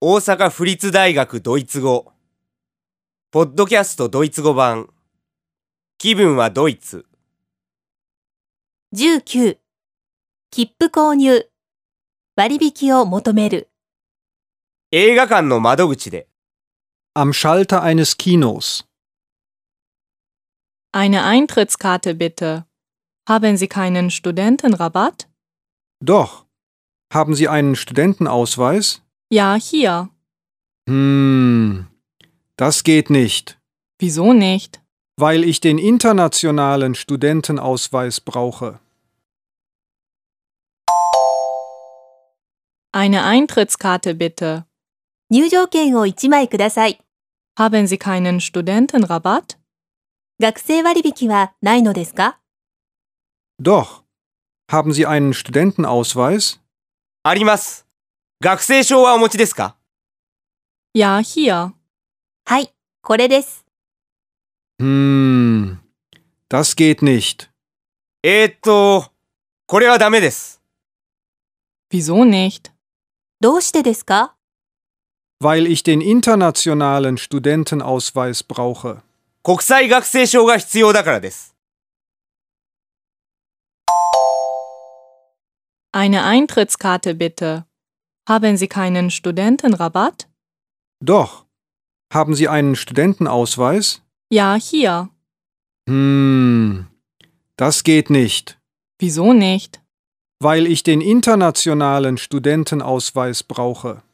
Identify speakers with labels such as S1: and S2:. S1: 大阪府立大学ドイツ語ポッドキャストドイツ語版気分はドイツ
S2: 19切符購入割引を求める
S1: 映画館の窓口で
S3: Am Schalter eines Kinos.
S4: Eine Eintrittskarte bitte. Haben Sie keinen Studentenrabatt?
S3: Doch. Haben Sie einen Studentenausweis?
S4: Ja, hier.
S3: Hm. Das geht nicht,
S4: Wieso nicht?
S3: weil ich den internationalen Studentenausweis brauche.
S4: Eine Eintrittskarte bitte.
S2: 入場券を1枚ください
S4: Haben Sie keinen Studentenrabatt?
S2: 学生割引はないのですか
S3: Doch. Haben Sie einen Studentenausweis?
S1: あります学生証はお持ちですか
S4: Ja, hier.
S2: はいこれです
S3: Hm. Das geht nicht,
S1: えー、っとこれはダメです
S4: Wieso nicht?
S2: どうしてですか
S3: weil ich den internationalen Studentenausweis brauche.
S1: 国際学生証が必要だからです
S4: Eine Eintrittskarte bitte. Haben Sie keinen Studentenrabatt?
S3: Doch. Haben Sie einen Studentenausweis?
S4: Ja, hier.
S3: Hm. Das geht nicht.
S4: Wieso nicht?
S3: weil ich den internationalen Studentenausweis brauche.